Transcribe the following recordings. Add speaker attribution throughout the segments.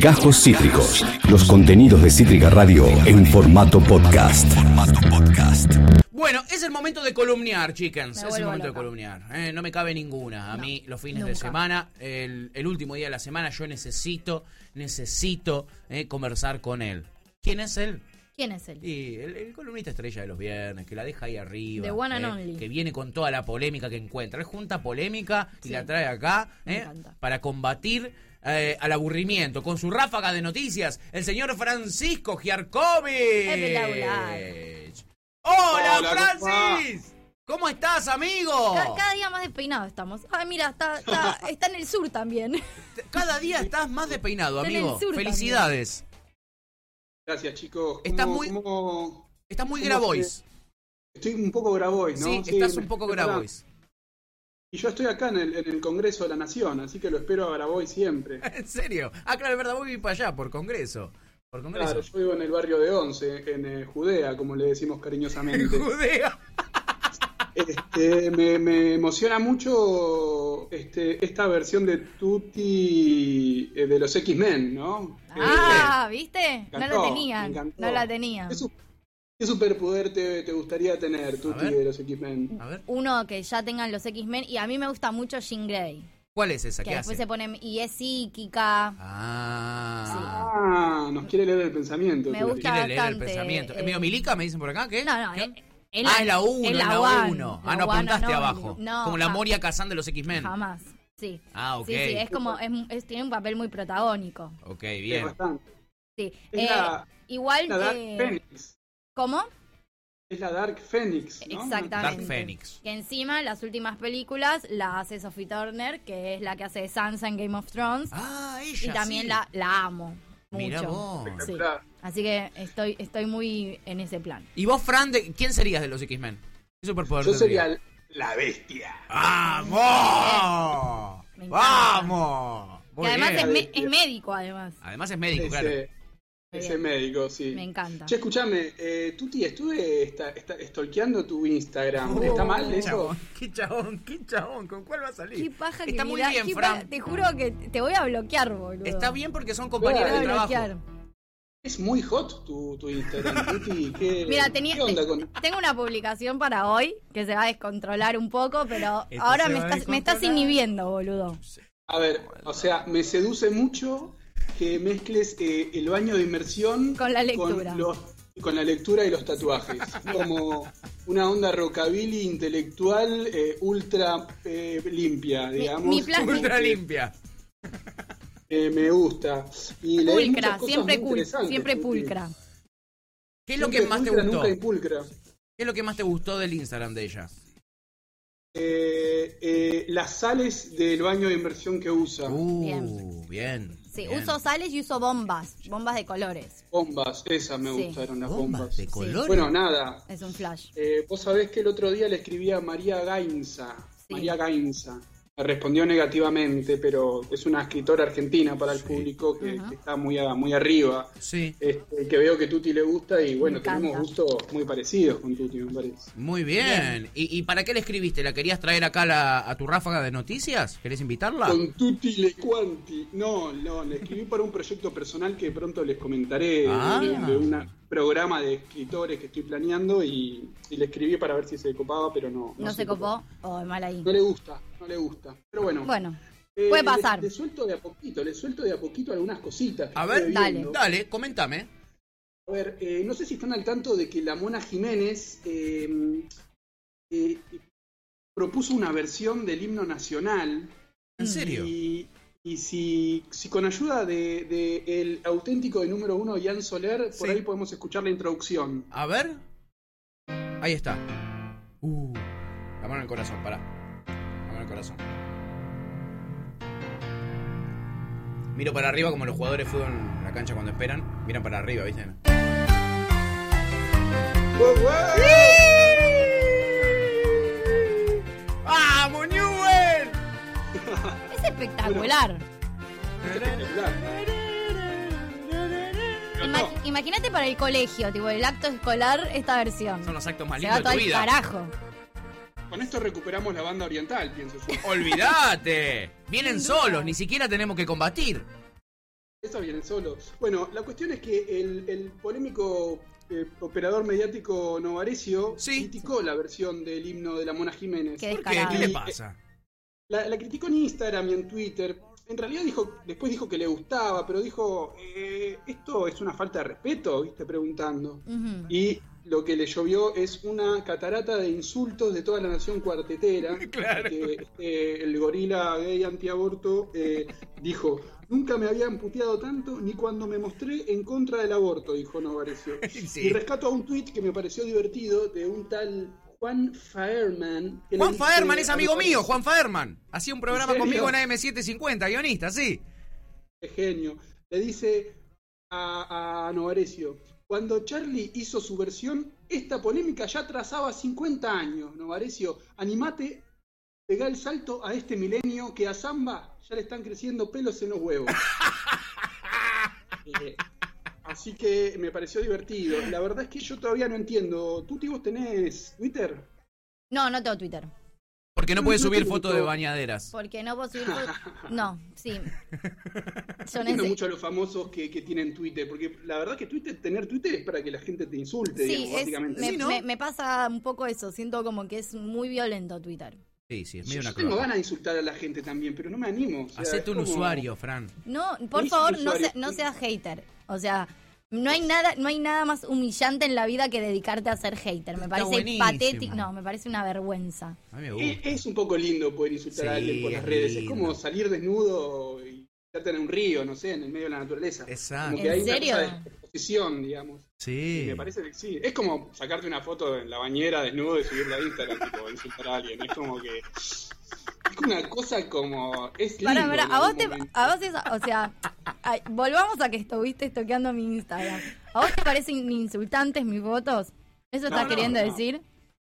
Speaker 1: Gajos Cítricos. Los contenidos de Cítrica Radio en formato podcast.
Speaker 2: Bueno, es el momento de columniar, chickens. es
Speaker 3: Me
Speaker 2: el
Speaker 3: vuelvo
Speaker 2: momento de
Speaker 3: loca.
Speaker 2: columniar. Eh, no me cabe ninguna. A mí, los fines de
Speaker 3: nunca.
Speaker 2: semana, el, el último día de la semana, yo necesito, necesito eh, conversar con él. ¿Quién es él?
Speaker 3: ¿Quién es él?
Speaker 2: Y el, el columnista estrella de los viernes, que la deja ahí arriba.
Speaker 3: The one and
Speaker 2: eh,
Speaker 3: only.
Speaker 2: Que viene con toda la polémica que encuentra. Él junta polémica y
Speaker 3: Sí.
Speaker 2: la trae acá
Speaker 3: Me
Speaker 2: eh,
Speaker 3: encanta.
Speaker 2: para combatir eh, al aburrimiento. Con su ráfaga de noticias, el señor Francisco
Speaker 3: Espectacular.
Speaker 2: Giarcovich. ¡Hola,
Speaker 4: Hola, ¿cómo
Speaker 2: Francis! ¿Cómo estás, amigo?
Speaker 3: Ca- Cada, día más despeinados estamos. Ah, mira, está, está, está en el sur también.
Speaker 2: Cada día estás más despeinado,
Speaker 3: Está en el
Speaker 2: amigo.
Speaker 3: sur
Speaker 2: Felicidades.
Speaker 4: Gracias, chicos.
Speaker 2: Está
Speaker 4: ¿Cómo-
Speaker 2: muy-
Speaker 4: cómo-
Speaker 2: Estás muy
Speaker 4: ¿Cómo
Speaker 2: Grabois.
Speaker 4: Estoy un poco Grabois, ¿no?
Speaker 2: Sí, estás
Speaker 4: me-
Speaker 2: un poco
Speaker 4: es verdad.
Speaker 2: Grabois.
Speaker 4: Y yo estoy acá en el, en el Congreso de la Nación, así que lo espero a Grabois siempre.
Speaker 2: ¿En serio? Ah, claro, es verdad, voy para allá, por congreso. Por congreso.
Speaker 4: Claro, yo vivo en el barrio de Once, en eh, Judea, como le decimos cariñosamente.
Speaker 2: Judea.
Speaker 4: Este, me, me emociona mucho este, esta versión de Tutti eh, de los X-Men, ¿no?
Speaker 3: Ah, ¿viste? No la
Speaker 4: encantó, me
Speaker 3: tenían.
Speaker 4: encantó.
Speaker 3: No la tenían.
Speaker 4: ¿Qué, su- qué superpoder te, te gustaría tener, Tutti
Speaker 2: ver.
Speaker 4: de los X-Men?
Speaker 2: A ver,
Speaker 3: Uno que ya tengan los X-Men. Y a mí me gusta mucho Jean Grey.
Speaker 2: ¿cuál es esa?
Speaker 3: Que
Speaker 2: ¿Qué
Speaker 3: después
Speaker 2: hace?
Speaker 3: se ponen. Y es psíquica.
Speaker 2: Ah.
Speaker 4: Ah, nos quiere leer el pensamiento.
Speaker 3: Me
Speaker 4: Tutti.
Speaker 3: gusta.
Speaker 2: Quiere leer el
Speaker 3: bastante,
Speaker 2: pensamiento.
Speaker 3: eh,
Speaker 2: ¿Medio milica me dicen por acá? ¿Qué?
Speaker 3: No, no.
Speaker 2: ¿Qué?
Speaker 3: eh,
Speaker 2: ah, es la 1,
Speaker 3: es
Speaker 2: la
Speaker 3: one,
Speaker 2: 1. Ah,
Speaker 3: la
Speaker 2: no
Speaker 3: one and
Speaker 2: apuntaste
Speaker 3: only.
Speaker 2: abajo.
Speaker 3: No,
Speaker 2: Como la
Speaker 3: ja-
Speaker 2: Moria Kazán de los X-Men.
Speaker 3: Jamás. Sí.
Speaker 2: Ah, ok.
Speaker 3: Sí, sí, es como, es, es- tiene un papel muy protagónico.
Speaker 2: Ok,
Speaker 4: Es
Speaker 2: bien.
Speaker 4: bastante.
Speaker 3: Sí.
Speaker 4: Es
Speaker 3: Eh,
Speaker 4: la-
Speaker 3: igual
Speaker 4: La Dark
Speaker 3: eh,
Speaker 4: Phoenix.
Speaker 3: ¿Cómo?
Speaker 4: Es la Dark Phoenix. ¿no?
Speaker 3: Exactamente.
Speaker 2: Dark Phoenix.
Speaker 3: Que encima las últimas películas la hace Sophie Turner, que es la que hace de Sansa en Game of Thrones.
Speaker 2: Ah, ella.
Speaker 3: y también
Speaker 2: sí.
Speaker 3: la, la amo.
Speaker 2: Mirá
Speaker 3: Mucho.
Speaker 2: vos.
Speaker 3: Sí.
Speaker 4: Espectacular.
Speaker 3: Así que estoy, estoy muy en ese plan.
Speaker 2: ¿Y vos, Fran, de- quién serías de los X-Men? ¿Qué superpoder
Speaker 4: Yo
Speaker 2: tendrías?
Speaker 4: sería la bestia.
Speaker 2: ¡Vamos!
Speaker 3: Me encanta.
Speaker 2: ¡Vamos! Muy
Speaker 3: que además
Speaker 2: bien.
Speaker 3: es, me- es médico, además.
Speaker 2: Además es médico, claro.
Speaker 4: Ese, ese
Speaker 3: Bien.
Speaker 4: Ah, médico, sí.
Speaker 3: Me encanta.
Speaker 4: Che, escuchame, eh, Tuti, estuve esta, esta- stalkeando tu Instagram.
Speaker 2: Oh,
Speaker 4: ¿Está mal
Speaker 2: qué
Speaker 4: eso?
Speaker 2: chabón, Qué chabón, qué chabón, ¿con cuál va a salir?
Speaker 3: Qué paja que
Speaker 2: Está muy
Speaker 3: me da-
Speaker 2: bien,
Speaker 3: qué
Speaker 2: Fran.
Speaker 3: paja- Te juro que te voy a bloquear, boludo.
Speaker 2: Está bien porque son
Speaker 3: Te
Speaker 2: compañeras
Speaker 3: voy
Speaker 2: de
Speaker 3: a bloquear.
Speaker 2: trabajo.
Speaker 4: Es muy hot tu, tu Instagram, Tuti. ¿Qué,
Speaker 3: Mira, tenía,
Speaker 4: ¿Qué onda con.?
Speaker 3: te- tengo una publicación para hoy que se va a descontrolar un poco, pero
Speaker 2: Esto
Speaker 3: ahora
Speaker 2: se
Speaker 3: me
Speaker 2: va a
Speaker 3: estás, me estás
Speaker 2: descontrolar.
Speaker 3: inhibiendo, boludo.
Speaker 4: A ver, o sea, me seduce mucho que mezcles eh, el baño de inmersión
Speaker 3: Con la lectura.
Speaker 4: Con, los- con la lectura y los tatuajes. Como una onda rockabilly intelectual eh, ultra eh, limpia, digamos.
Speaker 3: mi plan-
Speaker 2: Ultra
Speaker 4: Eh,
Speaker 2: limpia.
Speaker 4: eh, me gusta. Y leí muchas
Speaker 3: Pulcra,
Speaker 4: cosas
Speaker 3: siempre
Speaker 4: muy
Speaker 3: cul-
Speaker 4: interesantes,
Speaker 3: siempre
Speaker 4: Tuti.
Speaker 3: pulcra.
Speaker 2: ¿Qué es lo que
Speaker 4: Siempre
Speaker 2: más te
Speaker 4: pulcra,
Speaker 2: gustó?
Speaker 4: Nunca
Speaker 2: ¿Qué
Speaker 4: impulcra.
Speaker 2: es lo que más te gustó del Instagram de ella?
Speaker 4: Eh, eh, las sales del baño de inmersión que usa.
Speaker 2: Uh, bien.
Speaker 3: Sí,
Speaker 2: bien.
Speaker 3: uso sales y uso bombas, bombas de colores.
Speaker 4: Bombas, esas me
Speaker 3: Sí.
Speaker 4: gustaron, las
Speaker 2: bombas
Speaker 4: bombas.
Speaker 2: de colores.
Speaker 4: Bueno, nada,
Speaker 3: Es un flash.
Speaker 4: Eh, Vos sabés que el otro día le escribí a María Gainza.
Speaker 3: Sí.
Speaker 4: María Gainza. Me respondió negativamente, pero es una escritora argentina para el público que, que está muy, a- muy arriba.
Speaker 2: Sí.
Speaker 4: Este, que veo que Tuti le gusta y bueno,
Speaker 3: Me encanta.
Speaker 4: tenemos gustos muy parecidos con Tuti, me parece.
Speaker 2: Muy bien. ¿Y, y para qué le escribiste? ¿La querías traer acá a la- a tu ráfaga de noticias? ¿Querés invitarla?
Speaker 4: Con Tuti Le Cuanti. No, no, le escribí para un proyecto personal que pronto les comentaré
Speaker 2: Ah.
Speaker 4: de, de un programa de escritores que estoy planeando y, y le escribí para ver si se copaba, pero no.
Speaker 3: No se copó. Oh, mal ahí.
Speaker 4: No le gusta, no le gusta. Pero
Speaker 3: Bueno,
Speaker 4: Eh,
Speaker 3: Puede
Speaker 4: le-
Speaker 3: pasar.
Speaker 4: Le, suelto de a poquito, le suelto de a poquito algunas cositas. que
Speaker 2: A ver,
Speaker 4: estuve
Speaker 3: dale.
Speaker 4: viendo.
Speaker 2: Dale, comentame.
Speaker 4: A ver, eh, no sé si están al tanto de que la Mona Jiménez eh, eh, propuso una versión del himno nacional.
Speaker 3: Mm.
Speaker 2: ¿En serio?
Speaker 4: Y, y si, si con ayuda de, de el auténtico de número uno, Ian Soler, por
Speaker 2: Sí.
Speaker 4: ahí podemos escuchar la introducción.
Speaker 2: A ver. Ahí está. Uh. La mano en el corazón, pará. La mano en el corazón. Miro para arriba como los jugadores de fútbol en la cancha cuando esperan. Miran para arriba, ¿viste? ¡Vamos, Newell!
Speaker 3: es espectacular.
Speaker 4: Espectacular. Pero
Speaker 3: Ima-
Speaker 4: no,
Speaker 3: Imagínate para el colegio, tipo el acto escolar, esta versión.
Speaker 2: Son los actos más
Speaker 3: Se va
Speaker 2: lindos de
Speaker 3: todo
Speaker 2: tu
Speaker 3: al
Speaker 2: vida.
Speaker 3: carajo.
Speaker 4: con esto recuperamos la banda oriental, pienso yo.
Speaker 2: ¡Olvídate! Vienen solos, ni siquiera tenemos que combatir.
Speaker 4: Esas vienen solo. Bueno, la cuestión es que el, el polémico eh, operador mediático Novarecio
Speaker 2: Sí.
Speaker 4: criticó la versión del himno de la Mona Jiménez.
Speaker 3: Qué
Speaker 2: ¿Por qué? ¿Qué
Speaker 3: descarado.
Speaker 2: le
Speaker 4: Y-
Speaker 2: pasa?
Speaker 4: La, la criticó en Instagram y en Twitter. En realidad dijo, después dijo que le gustaba, pero dijo, eh, esto es una falta de respeto, viste, preguntando.
Speaker 3: Ujú.
Speaker 4: Y lo que le llovió es una catarata de insultos de toda la nación cuartetera.
Speaker 2: Claro.
Speaker 4: Que, eh, el gorila gay antiaborto eh, dijo, nunca me habían puteado tanto ni cuando me mostré en contra del aborto, dijo Novarecio.
Speaker 2: Sí.
Speaker 4: Y rescato a un tuit que me pareció divertido de un tal Juan Faerman. que le
Speaker 2: Juan
Speaker 4: dice
Speaker 2: Faerman es
Speaker 4: a
Speaker 2: amigo
Speaker 4: Novarecio,
Speaker 2: mío, Juan Faerman. Hacía un programa
Speaker 4: ¿En serio?
Speaker 2: conmigo en AM750, guionista, sí.
Speaker 4: Qué genio. Le dice a, a Novarecio, cuando Charlie hizo su versión, esta polémica ya trazaba 50 años. Novarecio, animate, pegá el salto a este milenio que a Zamba ya le están creciendo pelos en los huevos. Eh, así que me pareció divertido. La verdad es que yo todavía no entiendo. ¿Tú, tío, vos tenés Twitter?
Speaker 3: No, no tengo Twitter.
Speaker 2: Porque no puede
Speaker 4: No
Speaker 2: subir
Speaker 4: te
Speaker 2: fotos de
Speaker 4: gustó.
Speaker 2: bañaderas.
Speaker 3: Porque no puedo subir. fotos- No, sí. Yo
Speaker 4: Entiendo
Speaker 3: nece-
Speaker 4: mucho a los famosos que, que tienen Twitter, porque la verdad que Twitter, tener Twitter es para que la gente te insulte,
Speaker 3: Sí,
Speaker 4: digamos,
Speaker 3: es-
Speaker 4: básicamente.
Speaker 3: me,
Speaker 2: Sí, ¿no?
Speaker 3: me- me pasa un poco eso. Siento como que es muy violento Twitter.
Speaker 2: Sí, sí, es
Speaker 4: Yo,
Speaker 2: medio una
Speaker 4: yo tengo
Speaker 2: cosa.
Speaker 4: ganas de insultar a la gente también, pero no me animo. o sea,
Speaker 2: Hacete
Speaker 4: es
Speaker 2: un
Speaker 4: como-
Speaker 2: usuario, Fran.
Speaker 3: No, por
Speaker 4: Ni
Speaker 3: favor, no,
Speaker 4: usuario.
Speaker 3: sea- no seas hater. O sea, no hay nada, no hay nada más humillante en la vida que dedicarte a ser hater. Me
Speaker 2: Está
Speaker 3: parece
Speaker 2: buenísimo.
Speaker 3: patético. No, me parece una vergüenza.
Speaker 2: A mí me
Speaker 4: Es,
Speaker 2: gusta.
Speaker 4: es un poco lindo poder insultar a
Speaker 2: Sí,
Speaker 4: alguien por las
Speaker 2: es
Speaker 4: redes. Es
Speaker 2: lindo.
Speaker 4: como salir desnudo y estar en un río, no sé, en el medio de la naturaleza.
Speaker 2: Exacto.
Speaker 4: Como que
Speaker 3: ¿En
Speaker 4: hay
Speaker 3: serio?
Speaker 4: una cosa de exposición, digamos. Y
Speaker 2: Sí.
Speaker 4: me parece que sí. Es como sacarte una foto en la bañera desnudo y subirla a Instagram, tipo, insultar a alguien. Es como que. Es una cosa como. Es lindo.
Speaker 3: Pará, pará,
Speaker 4: en
Speaker 3: a vos
Speaker 4: algún
Speaker 3: te,
Speaker 4: momento.
Speaker 3: a vos es, o sea, ay, volvamos a que estuviste estoqueando mi Instagram. ¿A vos te parecen insultantes mis fotos? ¿Eso estás
Speaker 4: no,
Speaker 3: queriendo
Speaker 4: no.
Speaker 3: decir?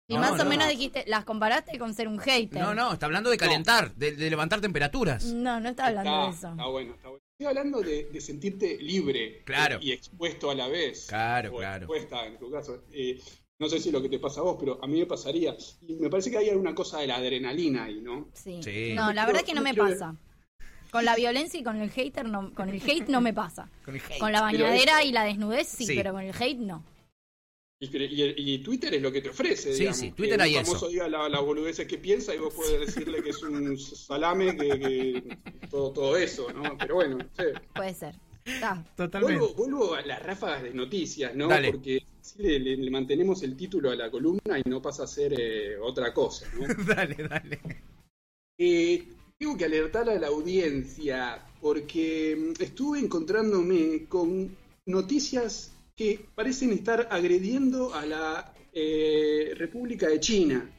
Speaker 3: Y
Speaker 2: No,
Speaker 3: más o
Speaker 2: no.
Speaker 3: menos dijiste, las comparaste con ser un hater.
Speaker 2: No, no, está hablando de calentar, de, de levantar temperaturas.
Speaker 3: No, no está hablando de
Speaker 4: Está-
Speaker 3: eso.
Speaker 4: está bueno, está bueno. Estoy hablando de, de sentirte libre eh,
Speaker 2: Claro.
Speaker 4: y expuesto a la vez.
Speaker 2: Claro,
Speaker 4: O
Speaker 2: claro.
Speaker 4: expuesta, en tu caso. Eh, no sé si es lo que te pasa a vos, pero a mí me pasaría. Y me parece que hay alguna cosa de la adrenalina ahí, ¿no?
Speaker 3: Sí.
Speaker 2: Sí.
Speaker 3: No, la verdad
Speaker 4: No quiero-
Speaker 3: que no
Speaker 4: no
Speaker 3: me
Speaker 4: quiero-
Speaker 3: pasa. Con la violencia y con el hater no, con el hate no me pasa.
Speaker 2: Con el hate.
Speaker 3: Con la
Speaker 4: Pero
Speaker 3: bañadera y la desnudez sí,
Speaker 2: Sí.
Speaker 3: pero con el hate no.
Speaker 4: Y, cre- y- y Twitter es lo que te ofrece,
Speaker 2: Sí,
Speaker 4: digamos.
Speaker 2: sí, Twitter
Speaker 4: que
Speaker 2: hay
Speaker 4: El famoso
Speaker 2: eso.
Speaker 4: diga la, la boludez que piensa y vos puedes decirle que es un salame, que, que todo, todo eso, ¿no? Pero bueno, no sé.
Speaker 3: Puede ser. Está.
Speaker 4: Vuelvo, vuelvo a las ráfagas de noticias, ¿no?
Speaker 2: Dale.
Speaker 4: Porque si le, le- le mantenemos el título a la columna y no pasa a ser eh, otra cosa, ¿no?
Speaker 2: dale, dale.
Speaker 4: Eh, tengo que alertar a la audiencia porque mm, estuve encontrándome con noticias que parecen estar agrediendo a la eh, República de China.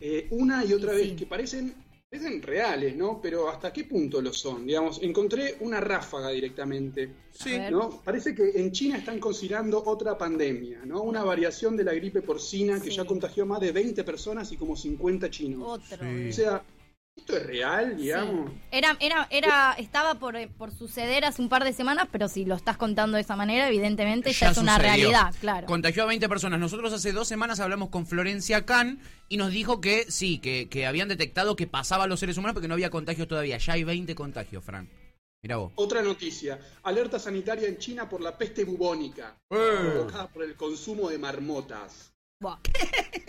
Speaker 4: Eh, una y otra
Speaker 3: Sí, sí.
Speaker 4: vez, que parecen, parecen reales, ¿no? Pero ¿hasta qué punto lo son? Digamos, encontré una ráfaga directamente.
Speaker 2: Sí.
Speaker 3: ver.
Speaker 4: ¿no? Parece que en China están considerando otra pandemia, ¿no? Una variación de la gripe porcina que
Speaker 3: Sí.
Speaker 4: ya contagió a más de 20 personas y como 50 chinos.
Speaker 3: Otro.
Speaker 2: Sí.
Speaker 4: O sea, esto es real, digamos.
Speaker 3: Sí. Era, era, era, estaba por, eh, por suceder hace un par de semanas, pero si lo estás contando de esa manera, evidentemente ya,
Speaker 2: Ya
Speaker 3: es una
Speaker 2: sucedió.
Speaker 3: realidad, claro.
Speaker 2: Contagió a 20 personas. Nosotros hace dos semanas hablamos con Florencia Khan y nos dijo que sí, que, que habían detectado que pasaba a los seres humanos porque no había contagios todavía. Ya hay 20 contagios, Fran. Mira vos.
Speaker 4: Otra noticia: alerta sanitaria en China por la peste bubónica,
Speaker 2: Eh.
Speaker 4: provocada por el consumo de marmotas.
Speaker 3: Buah.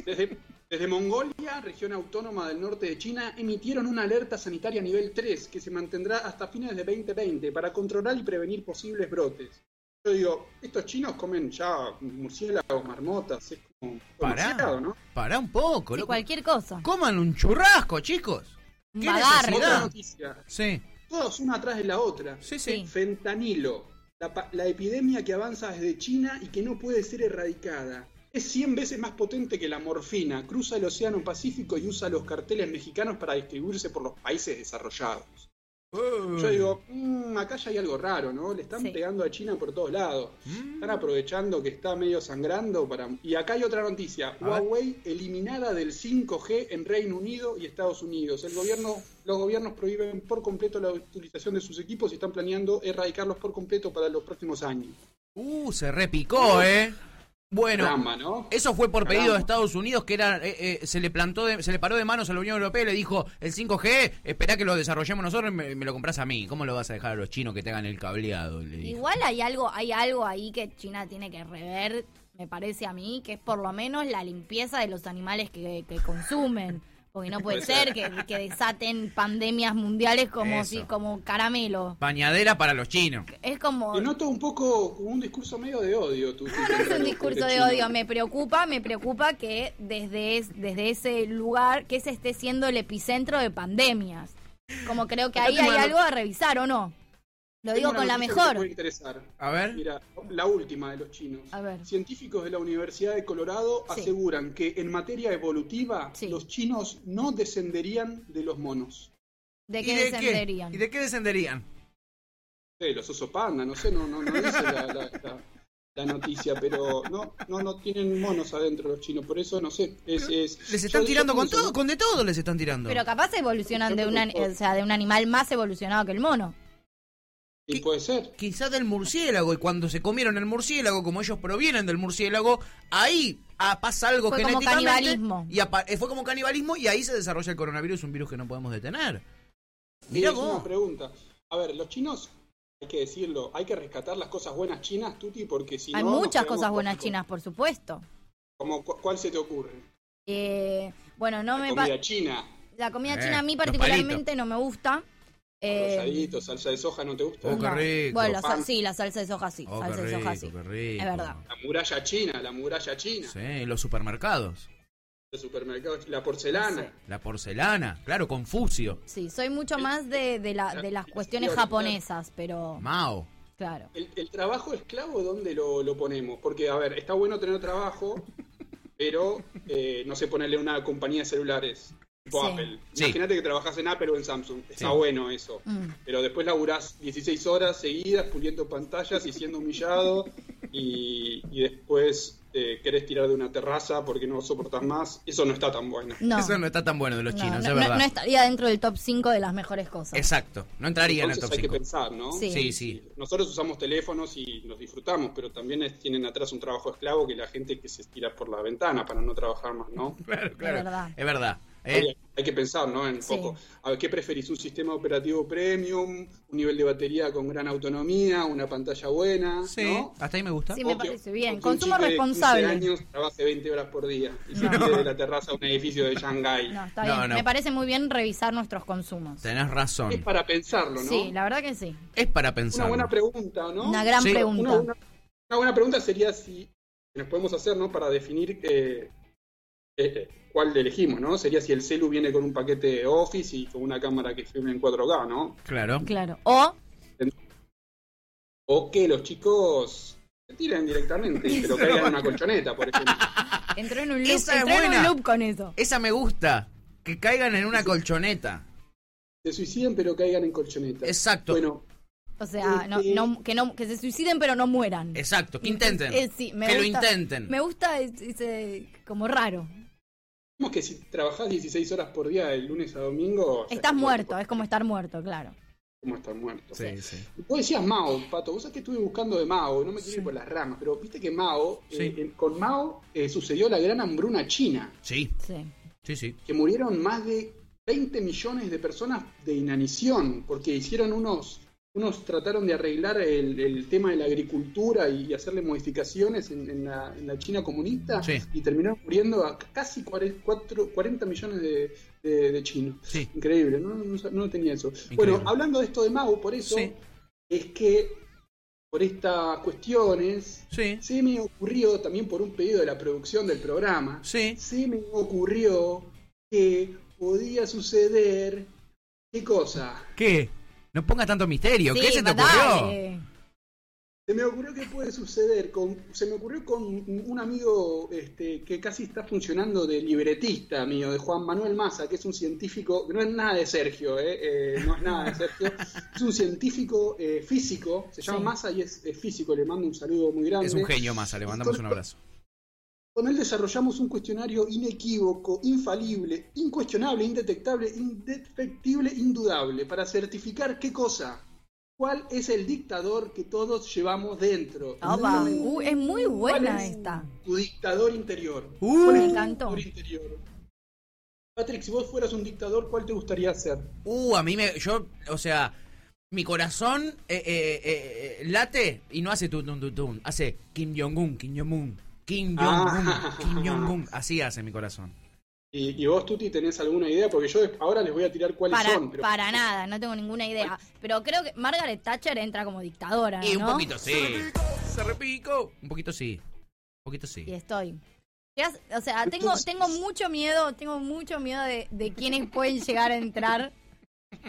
Speaker 4: Desde, desde Mongolia, región autónoma del norte de China, emitieron una alerta sanitaria nivel 3 que se mantendrá hasta fines de 2020 para controlar y prevenir posibles brotes. Yo digo, estos chinos comen ya murciélagos, marmotas, es como
Speaker 2: Pará.
Speaker 4: demasiado, ¿no?
Speaker 2: Pará un poco,
Speaker 3: Sí,
Speaker 2: loco.
Speaker 3: cualquier cosa.
Speaker 2: Coman un churrasco, chicos.
Speaker 3: Un
Speaker 2: ¿Qué
Speaker 3: bagarre.
Speaker 4: Otra
Speaker 2: necesidad?
Speaker 4: noticia,
Speaker 2: Sí.
Speaker 4: todas una atrás de la otra.
Speaker 2: Sí, sí.
Speaker 3: Sí.
Speaker 4: Fentanilo, la, pa- la epidemia que avanza desde China y que no puede ser erradicada. Es 100 veces más potente que la morfina, cruza el Océano Pacífico y usa los carteles mexicanos para distribuirse por los países desarrollados. Yo digo, "Mm, acá ya hay algo raro, ¿no? Le están
Speaker 3: Sí.
Speaker 4: pegando a China por todos lados.
Speaker 2: Mm.
Speaker 4: Están aprovechando que está medio sangrando para... Y acá hay otra noticia.
Speaker 2: ver.
Speaker 4: Huawei eliminada del 5G en Reino Unido y Estados Unidos. El gobierno, los gobiernos prohíben por completo la utilización de sus equipos y están planeando erradicarlos por completo para los próximos años.
Speaker 2: Uh, se repicó, ¿eh? Bueno,
Speaker 4: Drama, ¿no?
Speaker 2: eso fue por
Speaker 4: Caramba.
Speaker 2: pedido de Estados Unidos, que era eh, eh, se le plantó, de- se le paró de manos a la Unión Europea y le dijo, el 5G, espera que lo desarrollemos nosotros y me, me lo compras a mí. ¿Cómo lo vas a dejar a los chinos que te hagan el cableado? Le dijo.
Speaker 3: Igual hay algo, hay algo ahí que China tiene que rever, me parece a mí, que es por lo menos la limpieza de los animales que, que consumen. Porque no puede ser que, que desaten pandemias mundiales como
Speaker 2: Eso.
Speaker 3: si, como caramelo.
Speaker 2: Bañadera para los chinos.
Speaker 3: Es como
Speaker 4: Te noto un poco como un discurso medio de odio.
Speaker 3: No
Speaker 4: Tú,
Speaker 3: es un discurso de odio, me preocupa, me preocupa que desde, es- desde ese lugar que se esté siendo el epicentro de pandemias. Como creo que
Speaker 4: Acá
Speaker 3: ahí
Speaker 4: tengo
Speaker 3: hay
Speaker 4: una
Speaker 3: algo a revisar, ¿o no? Lo digo con la mejor.
Speaker 4: puede interesar.
Speaker 2: A ver.
Speaker 4: Mira, la última de los chinos.
Speaker 3: A ver.
Speaker 4: Científicos de la Universidad de Colorado
Speaker 3: Sí.
Speaker 4: aseguran que en materia evolutiva
Speaker 3: Sí.
Speaker 4: los chinos no descenderían de los monos.
Speaker 3: ¿De
Speaker 2: ¿Y
Speaker 3: qué
Speaker 2: de qué?
Speaker 3: descenderían?
Speaker 2: ¿Y de qué descenderían?
Speaker 4: Eh, los osos panda, no sé, no, no, no dice la, la- la- la noticia, pero no, no, no tienen monos adentro los chinos, por eso no sé. Es, es-
Speaker 2: Les
Speaker 4: yo-
Speaker 2: están
Speaker 4: yo
Speaker 2: tirando con
Speaker 4: pienso,
Speaker 2: todo, con de todo les están tirando.
Speaker 3: Pero capaz evolucionan de,
Speaker 4: Yo
Speaker 3: una,
Speaker 4: preocupo.
Speaker 3: o sea, de un animal más evolucionado que el mono.
Speaker 4: Y puede ser.
Speaker 2: Quizás del murciélago, y cuando se comieron el murciélago, como ellos provienen del murciélago, ahí ah, pasa algo
Speaker 3: Fue como
Speaker 2: genéticamente.
Speaker 3: canibalismo.
Speaker 2: Y apa- eh, fue como canibalismo y ahí se desarrolla el coronavirus, un virus que no podemos detener. Mirá
Speaker 4: Mira es
Speaker 2: vos.
Speaker 4: una pregunta. A ver, los chinos, hay que decirlo, hay que rescatar las cosas buenas chinas, Tuti, porque si
Speaker 3: hay
Speaker 4: no, nos
Speaker 3: muchas
Speaker 4: quedamos
Speaker 3: cosas buenas
Speaker 4: cortos.
Speaker 3: chinas, por supuesto.
Speaker 4: Como, cu- ¿Cuál se te ocurre?
Speaker 3: Eh, bueno, no me pa-
Speaker 4: Comida china,
Speaker 3: la comida
Speaker 2: Eh,
Speaker 3: china a mí
Speaker 2: los
Speaker 3: particularmente no me gusta. Eh,
Speaker 4: rosadito, salsa de soja, ¿no te gusta?
Speaker 2: Oh, qué
Speaker 3: no.
Speaker 2: rico.
Speaker 3: Bueno, la sal-
Speaker 4: Pan.
Speaker 3: sí, la salsa de soja sí.
Speaker 2: Oh,
Speaker 3: salsa
Speaker 2: qué
Speaker 3: de soja
Speaker 2: rico,
Speaker 3: sí.
Speaker 2: qué rico.
Speaker 3: Es verdad.
Speaker 4: La muralla china, la muralla china,
Speaker 2: Sí, en los supermercados.
Speaker 4: los supermercados, la porcelana.
Speaker 3: Sí.
Speaker 2: La porcelana, claro, Confucio,
Speaker 3: Sí, soy mucho más de, de, la, de las cuestiones japonesas, pero
Speaker 2: Mao.
Speaker 3: claro.
Speaker 4: El, el trabajo esclavo, ¿dónde lo, lo ponemos? Porque, a ver, está bueno tener trabajo, pero eh, no sé ponerle una compañía de celulares. Tipo
Speaker 3: Sí.
Speaker 4: Apple.
Speaker 2: Sí.
Speaker 4: Imagínate que trabajás en Apple o en Samsung. Está
Speaker 2: Sí.
Speaker 4: bueno eso.
Speaker 3: Mm.
Speaker 4: Pero después laburás 16 horas seguidas puliendo pantallas y siendo humillado. Y, y después eh, querés tirar de una terraza porque no soportás más. Eso no está tan bueno.
Speaker 3: No,
Speaker 2: Eso no está tan bueno de los
Speaker 3: no,
Speaker 2: chinos,
Speaker 3: no-
Speaker 2: es
Speaker 3: no-
Speaker 2: verdad.
Speaker 3: no estaría dentro del top 5 de las mejores cosas.
Speaker 2: Exacto, no entraría en el
Speaker 4: Entonces
Speaker 2: top
Speaker 4: hay que
Speaker 2: 5.
Speaker 4: pensar, ¿no?
Speaker 3: Sí.
Speaker 2: Sí, sí.
Speaker 4: Nosotros usamos teléfonos y los disfrutamos, pero también es- tienen atrás un trabajo esclavo que la gente que se tira por la ventana para no trabajar más, ¿no?
Speaker 2: Claro, claro.
Speaker 3: verdad.
Speaker 2: Es verdad. ¿eh?
Speaker 4: Hay, hay que pensar, ¿no? En
Speaker 3: Sí.
Speaker 4: poco. A ver, ¿qué preferís? ¿Un sistema operativo premium? ¿Un nivel de batería con gran autonomía? ¿Una pantalla buena?
Speaker 2: Sí,
Speaker 4: ¿no?
Speaker 2: hasta ahí me gusta.
Speaker 3: Sí,
Speaker 4: O
Speaker 3: me
Speaker 4: que-
Speaker 3: parece bien.
Speaker 4: o que un
Speaker 3: Consumo
Speaker 4: chico de 15
Speaker 3: responsable.
Speaker 4: años trabaje 20 horas por día y se
Speaker 3: No.
Speaker 4: tire de la terraza a un edificio de Shanghái.
Speaker 3: No, está
Speaker 2: No,
Speaker 3: bien.
Speaker 2: no.
Speaker 3: Me parece muy bien revisar nuestros consumos.
Speaker 2: Tenés razón.
Speaker 4: Es para pensarlo, ¿no?
Speaker 3: Sí, la verdad que sí.
Speaker 2: Es para
Speaker 4: Una
Speaker 2: pensar.
Speaker 4: buena pregunta, ¿no?
Speaker 3: Una gran
Speaker 2: Sí,
Speaker 3: pregunta.
Speaker 4: Una, una- una buena pregunta sería si que nos podemos hacer, ¿no? Para definir eh, eh, cuál elegimos, ¿no? Sería si el celu viene con un paquete Office y con una cámara que filme en 4K, ¿no?
Speaker 2: Claro.
Speaker 3: Claro. O
Speaker 4: O que los chicos se tiren directamente, pero caigan en una colchoneta, por ejemplo.
Speaker 3: entró en un loop,
Speaker 2: Esa es
Speaker 3: entró en un
Speaker 2: buena.
Speaker 3: loop con eso.
Speaker 2: Esa me gusta. Que caigan en una colchoneta.
Speaker 4: Se suiciden, pero caigan en colchoneta.
Speaker 2: Exacto.
Speaker 4: Bueno,
Speaker 3: O sea, no, no- que, no, que se suiciden pero no mueran.
Speaker 2: Exacto, que intenten.
Speaker 3: Eh, sí, me
Speaker 2: que lo
Speaker 3: gusta-
Speaker 2: intenten.
Speaker 3: Me gusta ese, como raro.
Speaker 4: vemos que si trabajás 16 horas por día de lunes a domingo... ya
Speaker 3: Estás muerto, eh.
Speaker 4: por-
Speaker 3: es como estar muerto, claro.
Speaker 4: Como estás muerto.
Speaker 2: Sí, sí.
Speaker 4: Vos decías Mao, Pato, vos sabés que estuve buscando de Mao, no me quiero ir por las ramas, pero viste que Mao, eh,
Speaker 2: Sí.
Speaker 4: eh, con Mao eh, sucedió la gran hambruna china,
Speaker 2: Sí,
Speaker 3: Sí.
Speaker 2: sí, sí.
Speaker 4: que murieron más de 20 millones de personas de inanición, porque hicieron unos, unos trataron de arreglar el, el tema de la agricultura y, hacerle modificaciones en, en la, en la China comunista,
Speaker 2: Sí.
Speaker 4: y terminaron muriendo a casi 40, cuatro- 40 millones de, de- de chinos.
Speaker 2: Sí.
Speaker 4: Increíble, no, no, no tenía eso.
Speaker 2: Increíble.
Speaker 4: Bueno, hablando de esto de Mao, por eso
Speaker 2: Sí.
Speaker 4: es que por estas cuestiones
Speaker 2: Sí.
Speaker 4: se me ocurrió, también por un pedido de la producción del programa,
Speaker 2: Sí.
Speaker 4: se me ocurrió que podía suceder... ¿Qué cosa?
Speaker 2: ¿Qué? No pongas tanto misterio.
Speaker 3: Sí, eh.
Speaker 2: ¿Qué se te
Speaker 3: dale.
Speaker 2: ocurrió?
Speaker 4: Se me ocurrió que puede suceder, con, se me ocurrió con un amigo este, que casi está funcionando de libretista mío, de Juan Manuel Massa, que es un científico, que no es nada de Sergio, eh, eh, no es nada de Sergio, es un científico eh, físico, se llama
Speaker 3: Sí.
Speaker 4: Massa y es, es físico, le mando un saludo muy grande.
Speaker 2: Es un genio, Massa. Le mandamos un abrazo.
Speaker 4: Con él desarrollamos un cuestionario inequívoco, infalible, incuestionable, indetectable, indefectible, indudable, para certificar qué cosa. ¿Cuál es el dictador que todos llevamos dentro?
Speaker 3: Opa, uh, es muy buena esta.
Speaker 4: Tu dictador interior.
Speaker 2: Uh,
Speaker 4: ¿Cuál es
Speaker 3: me
Speaker 4: tu
Speaker 3: encantó.
Speaker 4: dictador interior? Patrick, si vos fueras un dictador, ¿cuál te gustaría ser?
Speaker 2: Uh, a mí me. Yo, o sea, mi corazón eh, eh, eh, eh, late y no hace tutun tutun. Hace Kim Jong-un, Kim Jong-un, Kim Jong-un,
Speaker 4: Ah.
Speaker 2: Kim Jong-un. Así hace mi corazón.
Speaker 4: Y, y vos, Tuti, tenés alguna idea, porque yo ahora les voy a tirar cuáles
Speaker 3: Para,
Speaker 4: son. Pero
Speaker 3: para nada, no tengo ninguna idea. Pero creo que Margaret Thatcher entra como dictadora,
Speaker 2: Y un
Speaker 3: Ah, ¿no?
Speaker 2: poquito sí. Se repico. Un poquito sí. Un poquito
Speaker 3: Y
Speaker 2: sí.
Speaker 3: estoy. Llegas- O sea, tengo,
Speaker 4: Entonces-
Speaker 3: tengo mucho miedo, tengo mucho miedo de, de quiénes pueden llegar a entrar.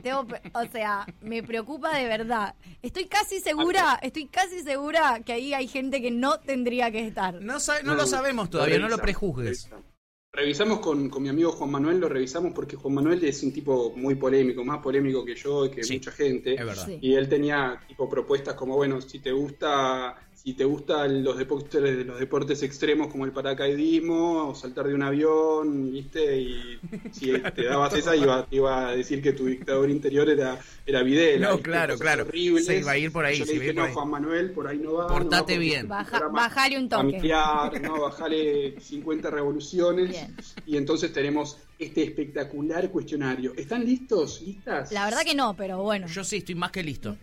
Speaker 3: Tengo pre- o sea, me preocupa de verdad. Estoy casi segura, estoy casi segura que ahí hay gente que no tendría que estar.
Speaker 2: No, sa- no lo sabemos todavía, no lo
Speaker 4: revisamos,
Speaker 2: prejuzgues.
Speaker 4: revisamos. Revisamos con, con mi amigo Juan Manuel, lo revisamos porque Juan Manuel es un tipo muy polémico, más polémico que yo y que
Speaker 2: Sí,
Speaker 4: mucha gente.
Speaker 2: Es verdad.
Speaker 3: Sí.
Speaker 4: Y él tenía tipo propuestas como, bueno, si te gusta, si te gustan los deportes, los deportes extremos como el paracaidismo, o saltar de un avión, viste, y si te dabas esa iba, te iba a decir que tu dictador interior era, era Videla.
Speaker 2: No,
Speaker 4: ¿viste?
Speaker 2: claro,
Speaker 4: Cosas
Speaker 2: claro.
Speaker 4: horribles.
Speaker 2: Se iba a ir por ahí,
Speaker 4: Yo le
Speaker 2: se iba a
Speaker 4: dije,
Speaker 2: ir por
Speaker 4: no,
Speaker 2: ahí".
Speaker 4: Juan Manuel, por ahí no va. no va
Speaker 2: Portate
Speaker 4: porque
Speaker 2: bien.
Speaker 4: es un
Speaker 3: Baja-
Speaker 4: programa
Speaker 3: bajale un toque.
Speaker 4: familiar, no, bajale 50 revoluciones.
Speaker 3: Bien.
Speaker 4: Y entonces tenemos este espectacular cuestionario. ¿Están listos? ¿Listas?
Speaker 3: La verdad que no, pero bueno.
Speaker 2: Yo sí, estoy más que listo.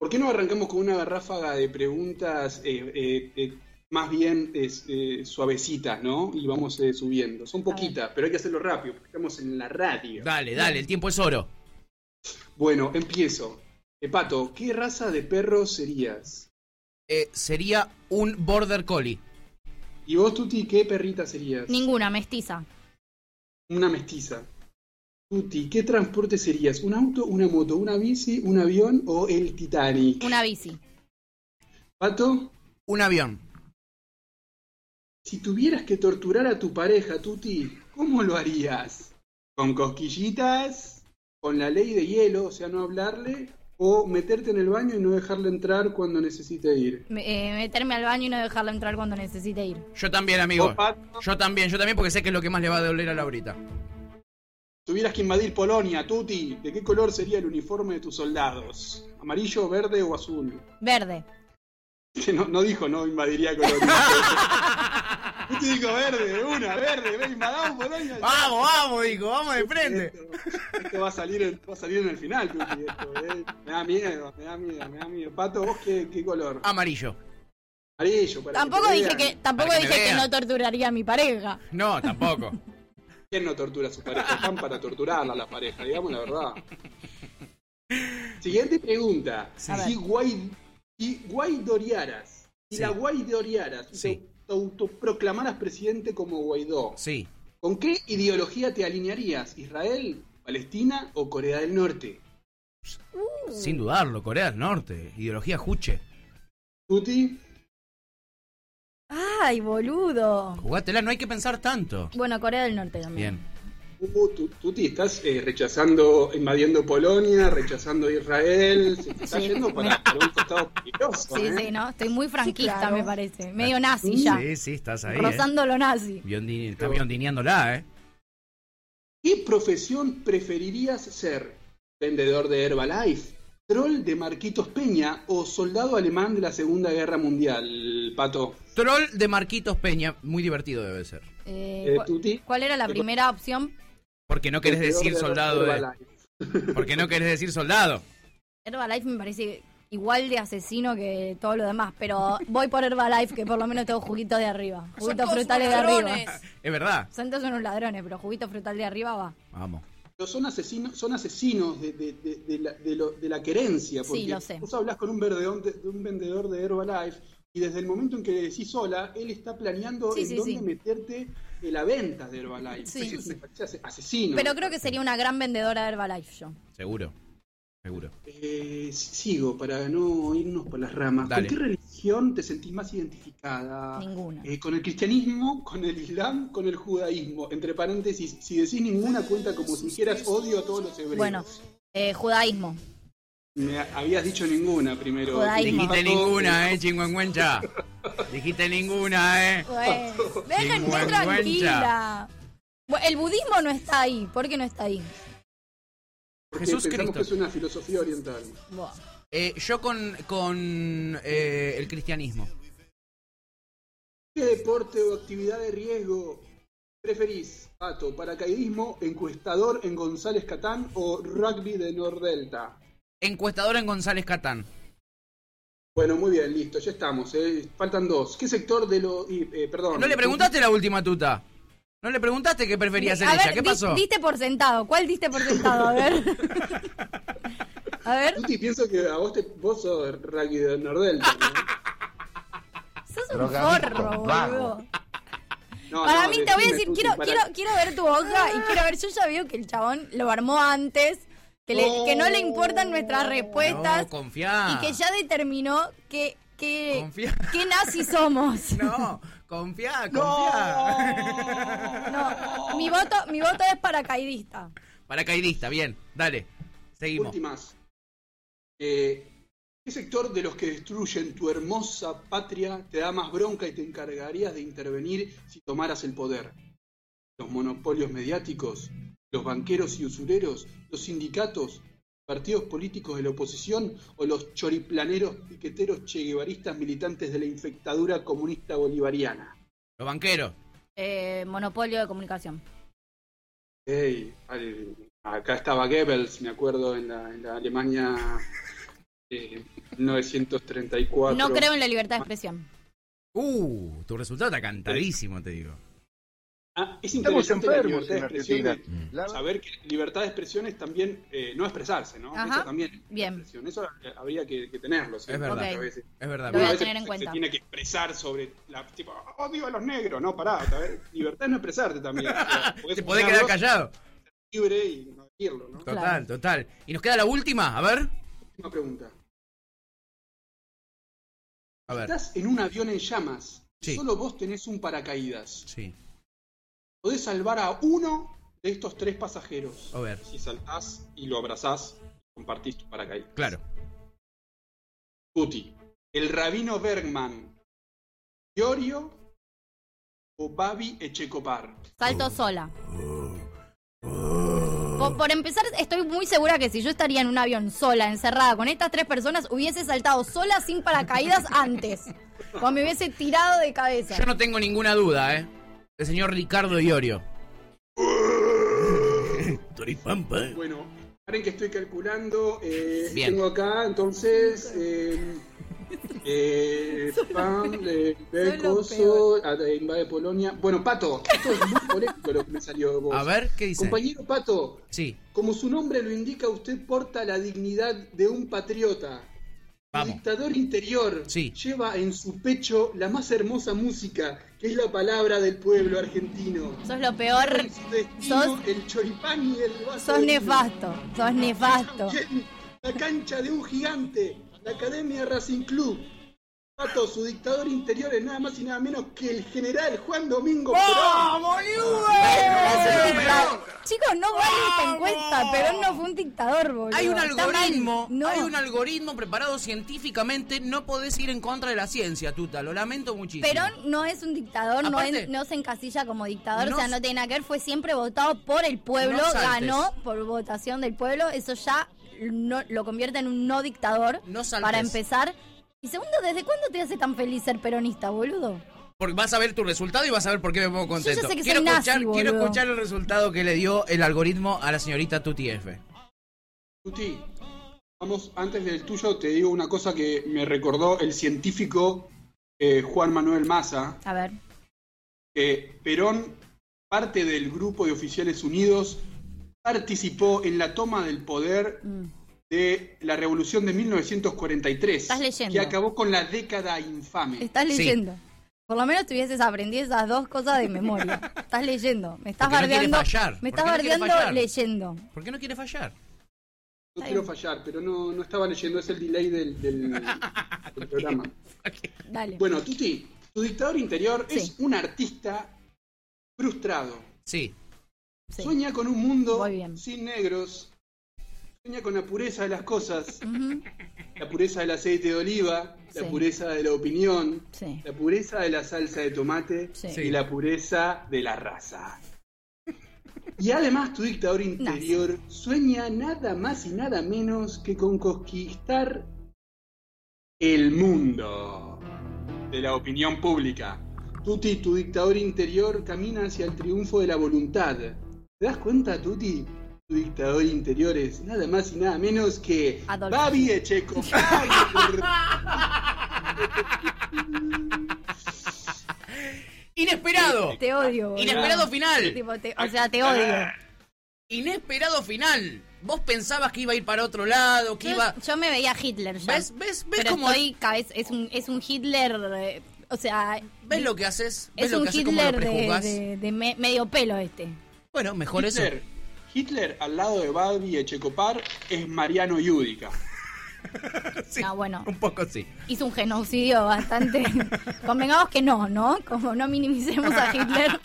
Speaker 4: ¿Por qué no arrancamos con una ráfaga de preguntas eh, eh, eh, más bien es, eh, suavecitas, ¿no? Y vamos eh, subiendo. Son poquitas, pero hay que hacerlo rápido, porque estamos en la radio.
Speaker 2: Dale, dale, el tiempo es oro.
Speaker 4: Bueno, empiezo. Eh, Pato, ¿qué raza de perro serías?
Speaker 2: Eh, sería un border collie.
Speaker 4: Y vos, Tuti, ¿qué perrita serías?
Speaker 3: Ninguna, mestiza.
Speaker 4: Una mestiza. Tuti, ¿qué transporte serías? ¿Un auto, una moto, una bici, un avión o el Titanic?
Speaker 3: Una bici.
Speaker 4: Pato,
Speaker 2: Un avión.
Speaker 4: Si tuvieras que torturar a tu pareja, Tuti, ¿cómo lo harías? ¿Con cosquillitas? ¿Con la ley de hielo? O sea, no hablarle. ¿O meterte en el baño y no dejarle entrar cuando necesite ir?
Speaker 3: Me- eh, meterme al baño y no dejarla entrar cuando necesite ir.
Speaker 2: Yo también, amigo.
Speaker 4: Vos, Pato,
Speaker 2: Yo también, yo también, porque sé que es lo que más le va a doler a Laurita.
Speaker 4: tuvieras que invadir Polonia, Tuti, ¿de qué color sería el uniforme de tus soldados? ¿Amarillo, verde o azul?
Speaker 3: Verde.
Speaker 4: Que no, no dijo no invadiría Colonia. Tuti dijo verde, de una, verde, ve, invadamos Polonia.
Speaker 2: Vamos, vamos, dijo, vamos de frente.
Speaker 4: Esto, esto va, a salir en, va a salir en el final, Tuti, esto, eh. Me da miedo, me da miedo, me da miedo. Pato, ¿vos qué, qué color?
Speaker 2: Ah. Amarillo.
Speaker 4: Amarillo, para
Speaker 3: Tampoco
Speaker 4: te
Speaker 3: dije
Speaker 4: vean.
Speaker 3: que, tampoco
Speaker 2: Para que me
Speaker 3: dije que
Speaker 2: vean.
Speaker 3: no torturaría a mi pareja.
Speaker 2: No, tampoco.
Speaker 4: ¿Quién no tortura a su pareja? Están para torturarla a la pareja, digamos la verdad. Siguiente pregunta.
Speaker 3: A ver.
Speaker 4: Si, guay, si guaidorearas, si
Speaker 2: Sí.
Speaker 4: la guaidorearas, si
Speaker 2: Sí.
Speaker 4: te autoproclamaras presidente como Guaidó,
Speaker 2: Sí.
Speaker 4: ¿con qué ideología te alinearías? ¿Israel, Palestina o Corea del Norte?
Speaker 2: Sin dudarlo, Corea del Norte. Ideología juche.
Speaker 4: Tuti,
Speaker 3: Ay, boludo.
Speaker 2: Jugátela, no hay que pensar tanto.
Speaker 3: Bueno, Corea del Norte también.
Speaker 2: Bien.
Speaker 4: uh, tu- Tuti, estás eh, rechazando, invadiendo Polonia, rechazando Israel, se te está
Speaker 3: Sí.
Speaker 4: yendo para, para un costado peligroso.
Speaker 3: Sí,
Speaker 4: ¿eh?
Speaker 3: sí, ¿no? Estoy muy franquista,
Speaker 5: claro.
Speaker 3: me parece. Medio nazi ya.
Speaker 2: Sí, sí, estás ahí. Eh.
Speaker 3: Rozando lo nazi.
Speaker 2: Biondini- está biondineándola, eh.
Speaker 4: ¿Qué profesión preferirías ser? ¿Vendedor de Herbalife? ¿Troll de Marquitos Peña o soldado alemán de la Segunda Guerra Mundial, Pato?
Speaker 2: Troll de Marquitos Peña. Muy divertido debe ser.
Speaker 3: Eh,
Speaker 4: Eh,
Speaker 3: cu-
Speaker 4: Tuti.
Speaker 3: ¿Cuál era la primera opción?
Speaker 2: Porque no querés
Speaker 4: Vendedor
Speaker 2: decir
Speaker 4: de
Speaker 2: soldado de.
Speaker 4: Herbalife.
Speaker 2: Porque no querés decir soldado.
Speaker 3: Herbalife me parece igual de asesino que todo lo demás, pero voy por Herbalife, que por lo menos tengo juguito de arriba.
Speaker 5: Son
Speaker 3: Juguito
Speaker 5: todos
Speaker 3: frutal de
Speaker 5: ladrones.
Speaker 3: arriba.
Speaker 2: Es verdad.
Speaker 3: Son todos unos ladrones, pero juguito frutal de arriba va.
Speaker 2: Vamos.
Speaker 4: Pero son asesinos, son asesinos de, de- de- de la, de lo- de la querencia.
Speaker 3: Sí,
Speaker 4: Porque
Speaker 3: lo sé.
Speaker 4: Vos hablas con un, verdeón de, de un vendedor de Herbalife y desde el momento en que le decís hola, él está planeando
Speaker 3: Sí,
Speaker 4: en
Speaker 3: sí,
Speaker 4: dónde
Speaker 3: sí.
Speaker 4: meterte de la venta de Herbalife.
Speaker 3: Sí.
Speaker 4: Es un asesino.
Speaker 3: Pero creo que sería una gran vendedora de Herbalife yo.
Speaker 2: Seguro. Seguro.
Speaker 4: Eh, sigo para no irnos por las ramas.
Speaker 2: Dale.
Speaker 4: ¿Con qué religión te sentís más identificada?
Speaker 3: Ninguna.
Speaker 4: Eh, ¿Con el cristianismo, con el islam, con el judaísmo? Entre paréntesis, si decís ninguna cuenta como si dijeras odio a todos los hebreos.
Speaker 3: Bueno, eh, judaísmo.
Speaker 4: Me ha- habías dicho ninguna primero.
Speaker 3: Judaísmo.
Speaker 2: Dijiste
Speaker 4: Pato,
Speaker 2: ninguna, eh, chingüengüencha. Dijiste ninguna, eh.
Speaker 3: Bueno, déjenme
Speaker 2: Sinvergüenza.
Speaker 3: tranquila. Bu- El budismo no está ahí. ¿Por qué no está ahí?
Speaker 4: porque
Speaker 2: Jesús
Speaker 4: pensamos
Speaker 2: Cristo.
Speaker 4: que es una filosofía oriental.
Speaker 3: Buah.
Speaker 2: Eh, yo con, con eh, el cristianismo.
Speaker 4: ¿Qué deporte o actividad de riesgo preferís? Pato, paracaidismo, encuestador en González Catán o rugby de Nordelta.
Speaker 2: Encuestadora en González Catán.
Speaker 4: Bueno, muy bien, listo, ya estamos. eh. Faltan dos. ¿Qué sector de lo... y, eh, perdón.
Speaker 2: ¿No le preguntaste la última tuta? ¿No le preguntaste qué prefería hacer
Speaker 3: a
Speaker 2: ella?
Speaker 3: ver,
Speaker 2: ¿Qué
Speaker 3: di-
Speaker 2: pasó?
Speaker 3: Diste por sentado. ¿Cuál diste por sentado? A ver. a ver,
Speaker 4: Tuti, pienso que a vos, te, vos sos rugby de Nordelta.
Speaker 3: sos un
Speaker 5: Drogadicto,
Speaker 3: forro,
Speaker 5: vago.
Speaker 3: boludo.
Speaker 4: ¿no? No,
Speaker 3: para
Speaker 4: no,
Speaker 3: mí, te voy a
Speaker 4: decime,
Speaker 3: decir,
Speaker 4: Tuti,
Speaker 3: quiero,
Speaker 4: para-
Speaker 3: quiero, quiero ver tu hoja y quiero ver, yo ya veo que el chabón lo armó antes, que, le- que no le importan nuestras respuestas
Speaker 2: No, confía.
Speaker 3: y que ya determinó que, que,
Speaker 2: Confía.
Speaker 3: que nazis somos.
Speaker 2: No, confía, confía.
Speaker 3: No, mi voto, mi voto es paracaidista.
Speaker 2: Paracaidista, bien, dale. Seguimos.
Speaker 4: Últimas. Eh, ¿Qué sector de los que destruyen tu hermosa patria te da más bronca y te encargarías de intervenir si tomaras el poder? ¿Los monopolios mediáticos? ¿Los banqueros y usureros? ¿Los sindicatos? ¿Partidos políticos de la oposición? ¿O los choriplaneros, piqueteros, cheguevaristas, militantes de la infectadura comunista bolivariana?
Speaker 2: Los banqueros.
Speaker 3: Eh, monopolio de comunicación.
Speaker 4: Ey, al- acá estaba Goebbels, me acuerdo, en la, en la Alemania eh, 1934.
Speaker 3: No creo en la libertad de expresión.
Speaker 2: Uh, tu resultado está cantadísimo, te digo.
Speaker 4: Ah, es
Speaker 5: Estamos
Speaker 4: interesante la
Speaker 5: enfermos
Speaker 4: libertad
Speaker 5: en
Speaker 4: de expresión,
Speaker 5: Argentina.
Speaker 4: de-
Speaker 5: La-
Speaker 4: saber que libertad de expresión es también eh, no expresarse, ¿no?
Speaker 3: Ajá,
Speaker 4: Eso también es libertad de
Speaker 3: bien.
Speaker 4: expresión, Eso eh, habría que, que tenerlo.
Speaker 2: Es verdad.
Speaker 4: Porque a
Speaker 3: Ok.
Speaker 4: veces-
Speaker 2: Es verdad.
Speaker 3: Lo voy
Speaker 4: uno
Speaker 3: a
Speaker 4: veces
Speaker 3: tener en
Speaker 4: se-
Speaker 3: cuenta.
Speaker 4: Se tiene que expresar sobre la tipo, "Oh, odio a los negros, no, pará, a ver, libertad es no expresarte también. o sea, podés
Speaker 2: Te podés quedar
Speaker 4: opinar
Speaker 2: callado.
Speaker 4: libre y no decirlo, ¿no?
Speaker 2: Total,
Speaker 3: Claro.
Speaker 2: total. Y nos queda la última, a ver.
Speaker 4: Última pregunta.
Speaker 2: A ver.
Speaker 4: Estás en un avión en llamas. y
Speaker 2: Sí.
Speaker 4: Solo vos tenés un paracaídas.
Speaker 2: Sí,
Speaker 4: Podés salvar a uno de estos tres pasajeros.
Speaker 2: a ver.
Speaker 4: Si saltás y lo abrazás, compartís tu paracaídas.
Speaker 2: Claro.
Speaker 4: Tuti. El rabino Bergman. Iorio o Babi Echecopar.
Speaker 3: Salto sola. Por, por empezar, estoy muy segura que si yo estaría en un avión sola, encerrada con estas tres personas, hubiese saltado sola sin paracaídas antes. O me hubiese tirado de cabeza.
Speaker 2: Yo no tengo ninguna duda, ¿eh? El señor Ricardo Iorio.
Speaker 4: Bueno, paren que estoy calculando. eh,
Speaker 2: Bien.
Speaker 4: Tengo acá, entonces. eh, eh, Pam, eh, Becoso, ah, eh, invade Polonia. Bueno, Pato, esto es muy polémico lo que me salió de vos.
Speaker 2: A ver, ¿qué dice?
Speaker 4: Compañero Pato,
Speaker 2: Sí,
Speaker 4: como su nombre lo indica, usted porta la dignidad de un patriota. El
Speaker 2: vamos.
Speaker 4: dictador interior
Speaker 2: Sí.
Speaker 4: lleva en su pecho la más hermosa música, que es la palabra del pueblo argentino.
Speaker 3: Sos lo peor.
Speaker 4: En su destino,
Speaker 3: sos-
Speaker 4: el choripán y el vaso
Speaker 3: Sos
Speaker 4: de vino.
Speaker 3: nefasto. Sos nefasto.
Speaker 4: También La cancha de un gigante, la Academia Racing Club. Pato, su dictador interior es nada más y nada menos que el general Juan Domingo Perón.
Speaker 3: Es un dictador. Chicos, no vale esta encuesta. Perón no fue un dictador, boludo.
Speaker 2: Hay un
Speaker 3: Está mal.
Speaker 2: algoritmo,
Speaker 3: No.
Speaker 2: hay un algoritmo preparado científicamente, no podés ir en contra de la ciencia, Tuta, lo lamento muchísimo.
Speaker 3: Perón no es un dictador, no,
Speaker 2: Aparte-
Speaker 3: en- no se encasilla como dictador,
Speaker 2: No
Speaker 3: o sea,
Speaker 2: s-
Speaker 3: no tiene nada que ver, fue siempre votado por el pueblo,
Speaker 2: No saltes.
Speaker 3: ganó por votación del pueblo, eso ya no- lo convierte en un no dictador,
Speaker 2: No saltes.
Speaker 3: para empezar. Y segundo, ¿desde cuándo te hace tan feliz ser peronista, boludo?
Speaker 2: Porque vas a ver tu resultado y vas a ver por qué me pongo contento.
Speaker 3: ya sé que
Speaker 2: quiero,
Speaker 3: soy nazi,
Speaker 2: escuchar,
Speaker 3: boludo.
Speaker 2: quiero escuchar el resultado que le dio el algoritmo a la señorita Tuti F.
Speaker 4: Tuti, vamos, antes del tuyo te digo una cosa que me recordó el científico eh, Juan Manuel Massa,
Speaker 3: A ver,
Speaker 4: que Perón, parte del grupo de oficiales unidos, participó en la toma del poder
Speaker 3: mm,
Speaker 4: de la revolución de 1943,
Speaker 3: Estás leyendo.
Speaker 4: que acabó con la década infame.
Speaker 3: estás
Speaker 2: Sí.
Speaker 3: leyendo. Por lo menos tuvieses aprendido esas dos cosas de memoria. estás leyendo, me estás
Speaker 2: Porque no quiere
Speaker 3: bardeando.
Speaker 2: fallar,
Speaker 3: me
Speaker 2: porque
Speaker 3: estás
Speaker 2: no quiere
Speaker 3: bardeando
Speaker 2: fallar.
Speaker 3: leyendo.
Speaker 2: ¿Por qué no quiere fallar?
Speaker 4: No quiero fallar, pero no, no estaba leyendo, es el delay del, del- del programa.
Speaker 3: Dale.
Speaker 4: Bueno, Tuti, tu dictador interior es
Speaker 3: Sí.
Speaker 4: un artista frustrado.
Speaker 2: Sí,
Speaker 3: sí.
Speaker 4: Sueña con un mundo
Speaker 3: Muy bien.
Speaker 4: sin negros. Sueña con la pureza de las cosas,
Speaker 3: Ujú,
Speaker 4: la pureza del aceite de oliva,
Speaker 3: Sí.
Speaker 4: la pureza de la opinión,
Speaker 3: sí.
Speaker 4: la pureza de la salsa de tomate
Speaker 3: Sí.
Speaker 2: Sí.
Speaker 4: y la pureza de la raza. Y además tu dictador interior sueña nada más y nada menos que con conquistar el mundo de la opinión pública. Tuti, tu dictador interior, camina hacia el triunfo de la voluntad. ¿Te das cuenta, Tuti? Tu dictador interior es nada más y nada menos que
Speaker 3: Adolfo.
Speaker 4: Babi Echeco.
Speaker 2: Inesperado.
Speaker 3: Te odio, boludo.
Speaker 2: Inesperado final. Ah,
Speaker 3: Tipo, te- o sea, te odio.
Speaker 2: Inesperado final. Vos pensabas que iba a ir para otro lado, que
Speaker 3: Yo,
Speaker 2: iba...
Speaker 3: yo me veía Hitler ya.
Speaker 2: ¿Ves? ¿Ves? ¿Ves
Speaker 3: Pero
Speaker 2: cómo...
Speaker 3: estoy ca- es, es un, es un Hitler, eh, o sea,
Speaker 2: ¿Ves lo que haces? ¿Ves
Speaker 3: es
Speaker 2: lo
Speaker 3: un
Speaker 2: que haces? ¿Cómo
Speaker 3: Hitler
Speaker 2: lo
Speaker 3: de,
Speaker 2: prejuzgás?
Speaker 3: de- de me- medio pelo este.
Speaker 2: Bueno, mejor eso.
Speaker 4: Hitler, Hitler al lado de Babi Echecopar es Mariano Yudica.
Speaker 2: Sí,
Speaker 3: No, bueno.
Speaker 2: Un poco sí.
Speaker 3: Hizo un genocidio bastante... Convengamos que no, ¿no? Como no minimicemos a Hitler.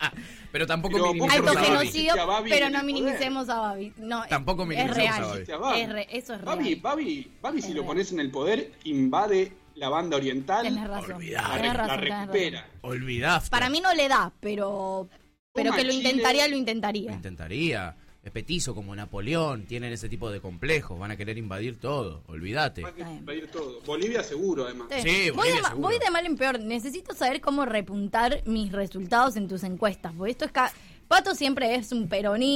Speaker 2: Pero tampoco
Speaker 4: Pero vos
Speaker 2: minimizamos
Speaker 3: Alto
Speaker 4: Porque
Speaker 2: a Babi.
Speaker 3: genocidio,
Speaker 4: Porque a Babi
Speaker 3: pero
Speaker 4: en
Speaker 3: no
Speaker 4: el
Speaker 3: minimicemos a Babi. No, es-
Speaker 2: Tampoco
Speaker 3: es
Speaker 2: minimicemos
Speaker 3: real.
Speaker 2: a Babi.
Speaker 4: Hiciste a Babi.
Speaker 3: Es re- eso es
Speaker 4: Babi,
Speaker 3: real.
Speaker 4: Babi, Babi, si
Speaker 3: Es
Speaker 4: lo
Speaker 3: real.
Speaker 4: pones en el poder, invade la banda oriental,
Speaker 3: Tenés razón.
Speaker 2: Olvidá.
Speaker 4: la,
Speaker 3: tenés
Speaker 4: re- la
Speaker 3: razón, tenés razón.
Speaker 4: recupera.
Speaker 2: Olvidás.
Speaker 3: Para mí no le da, pero pero
Speaker 4: Toma,
Speaker 3: que lo
Speaker 4: Chile.
Speaker 3: intentaría, lo
Speaker 2: Lo
Speaker 3: intentaría.
Speaker 2: intentaría. Es petizo como Napoleón. Tienen ese tipo de complejos. Van a querer invadir todo. Olvídate.
Speaker 4: Va a
Speaker 3: bien.
Speaker 4: invadir todo. Bolivia seguro, además.
Speaker 3: Está
Speaker 2: Sí,
Speaker 3: bien. voy,
Speaker 2: Bolivia
Speaker 3: de ma-
Speaker 2: seguro.
Speaker 3: voy de mal en peor. Necesito saber cómo repuntar mis resultados en tus encuestas. Porque esto es ca- Pato siempre es un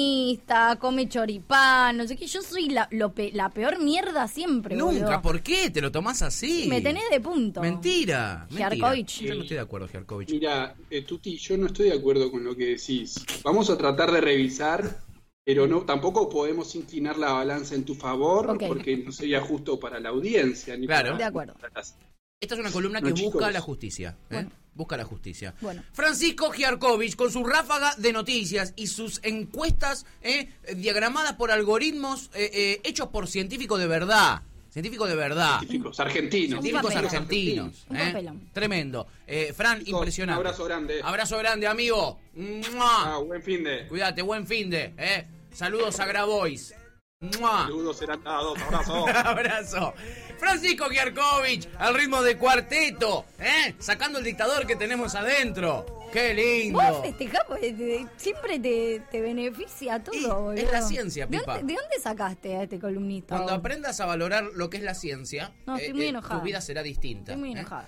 Speaker 3: peronista, come choripán, no sé qué. Yo soy la, lo pe- la peor mierda siempre,
Speaker 2: Nunca.
Speaker 3: boludo.
Speaker 2: ¿Por qué? ¿Te lo tomás así?
Speaker 3: Me tenés de punto.
Speaker 2: Mentira. mentira.
Speaker 3: Jarkovich.
Speaker 2: Yo no estoy de acuerdo, Jarkovich.
Speaker 4: Mira, eh, Tuti, yo no estoy de acuerdo con lo que decís. Vamos a tratar de revisar, pero no, tampoco podemos inclinar la balanza en tu favor,
Speaker 3: Ok.
Speaker 4: porque no sería justo para la audiencia. Ni
Speaker 2: Claro.
Speaker 4: para-
Speaker 3: De acuerdo.
Speaker 4: para las-
Speaker 2: Esta es una columna que
Speaker 4: No,
Speaker 2: busca
Speaker 4: chicos.
Speaker 2: la justicia. ¿eh?
Speaker 3: Bueno.
Speaker 2: Busca la justicia.
Speaker 3: Bueno.
Speaker 2: Francisco Giarkovich, con su ráfaga de noticias y sus encuestas ¿eh? diagramadas por algoritmos eh, eh, hechos por científicos de verdad. Científicos de verdad.
Speaker 4: Científicos argentinos.
Speaker 2: Científicos
Speaker 3: papelón.
Speaker 2: argentinos.
Speaker 3: Un
Speaker 2: ¿eh?
Speaker 3: papelón.
Speaker 2: Tremendo. Eh, Fran,
Speaker 4: Chicos,
Speaker 2: impresionante.
Speaker 4: un abrazo grande.
Speaker 2: Abrazo grande, amigo. ¡Mua!
Speaker 4: Ah, buen fin de.
Speaker 2: Cuídate, buen fin de. ¿eh? Saludos a Grabois. ¡Mua!
Speaker 4: Saludos serán dados. Abrazo.
Speaker 2: Abrazo. Francisco Giarkovich, al ritmo de cuarteto, ¿eh? Sacando el dictador que tenemos adentro. ¡Qué
Speaker 3: Vos este
Speaker 2: lindo!
Speaker 3: festejás porque te- siempre te, te beneficia todo,
Speaker 2: Y
Speaker 3: boludo.
Speaker 2: es la ciencia,
Speaker 3: ¿De
Speaker 2: Pipa.
Speaker 3: dónde, de dónde sacaste a este columnista?
Speaker 2: Cuando
Speaker 3: vos?
Speaker 2: aprendas a valorar lo que es la ciencia, eh,
Speaker 3: No, estoy muy enojada.
Speaker 2: tu vida será distinta.
Speaker 3: Estoy muy
Speaker 2: ¿eh?
Speaker 3: enojada.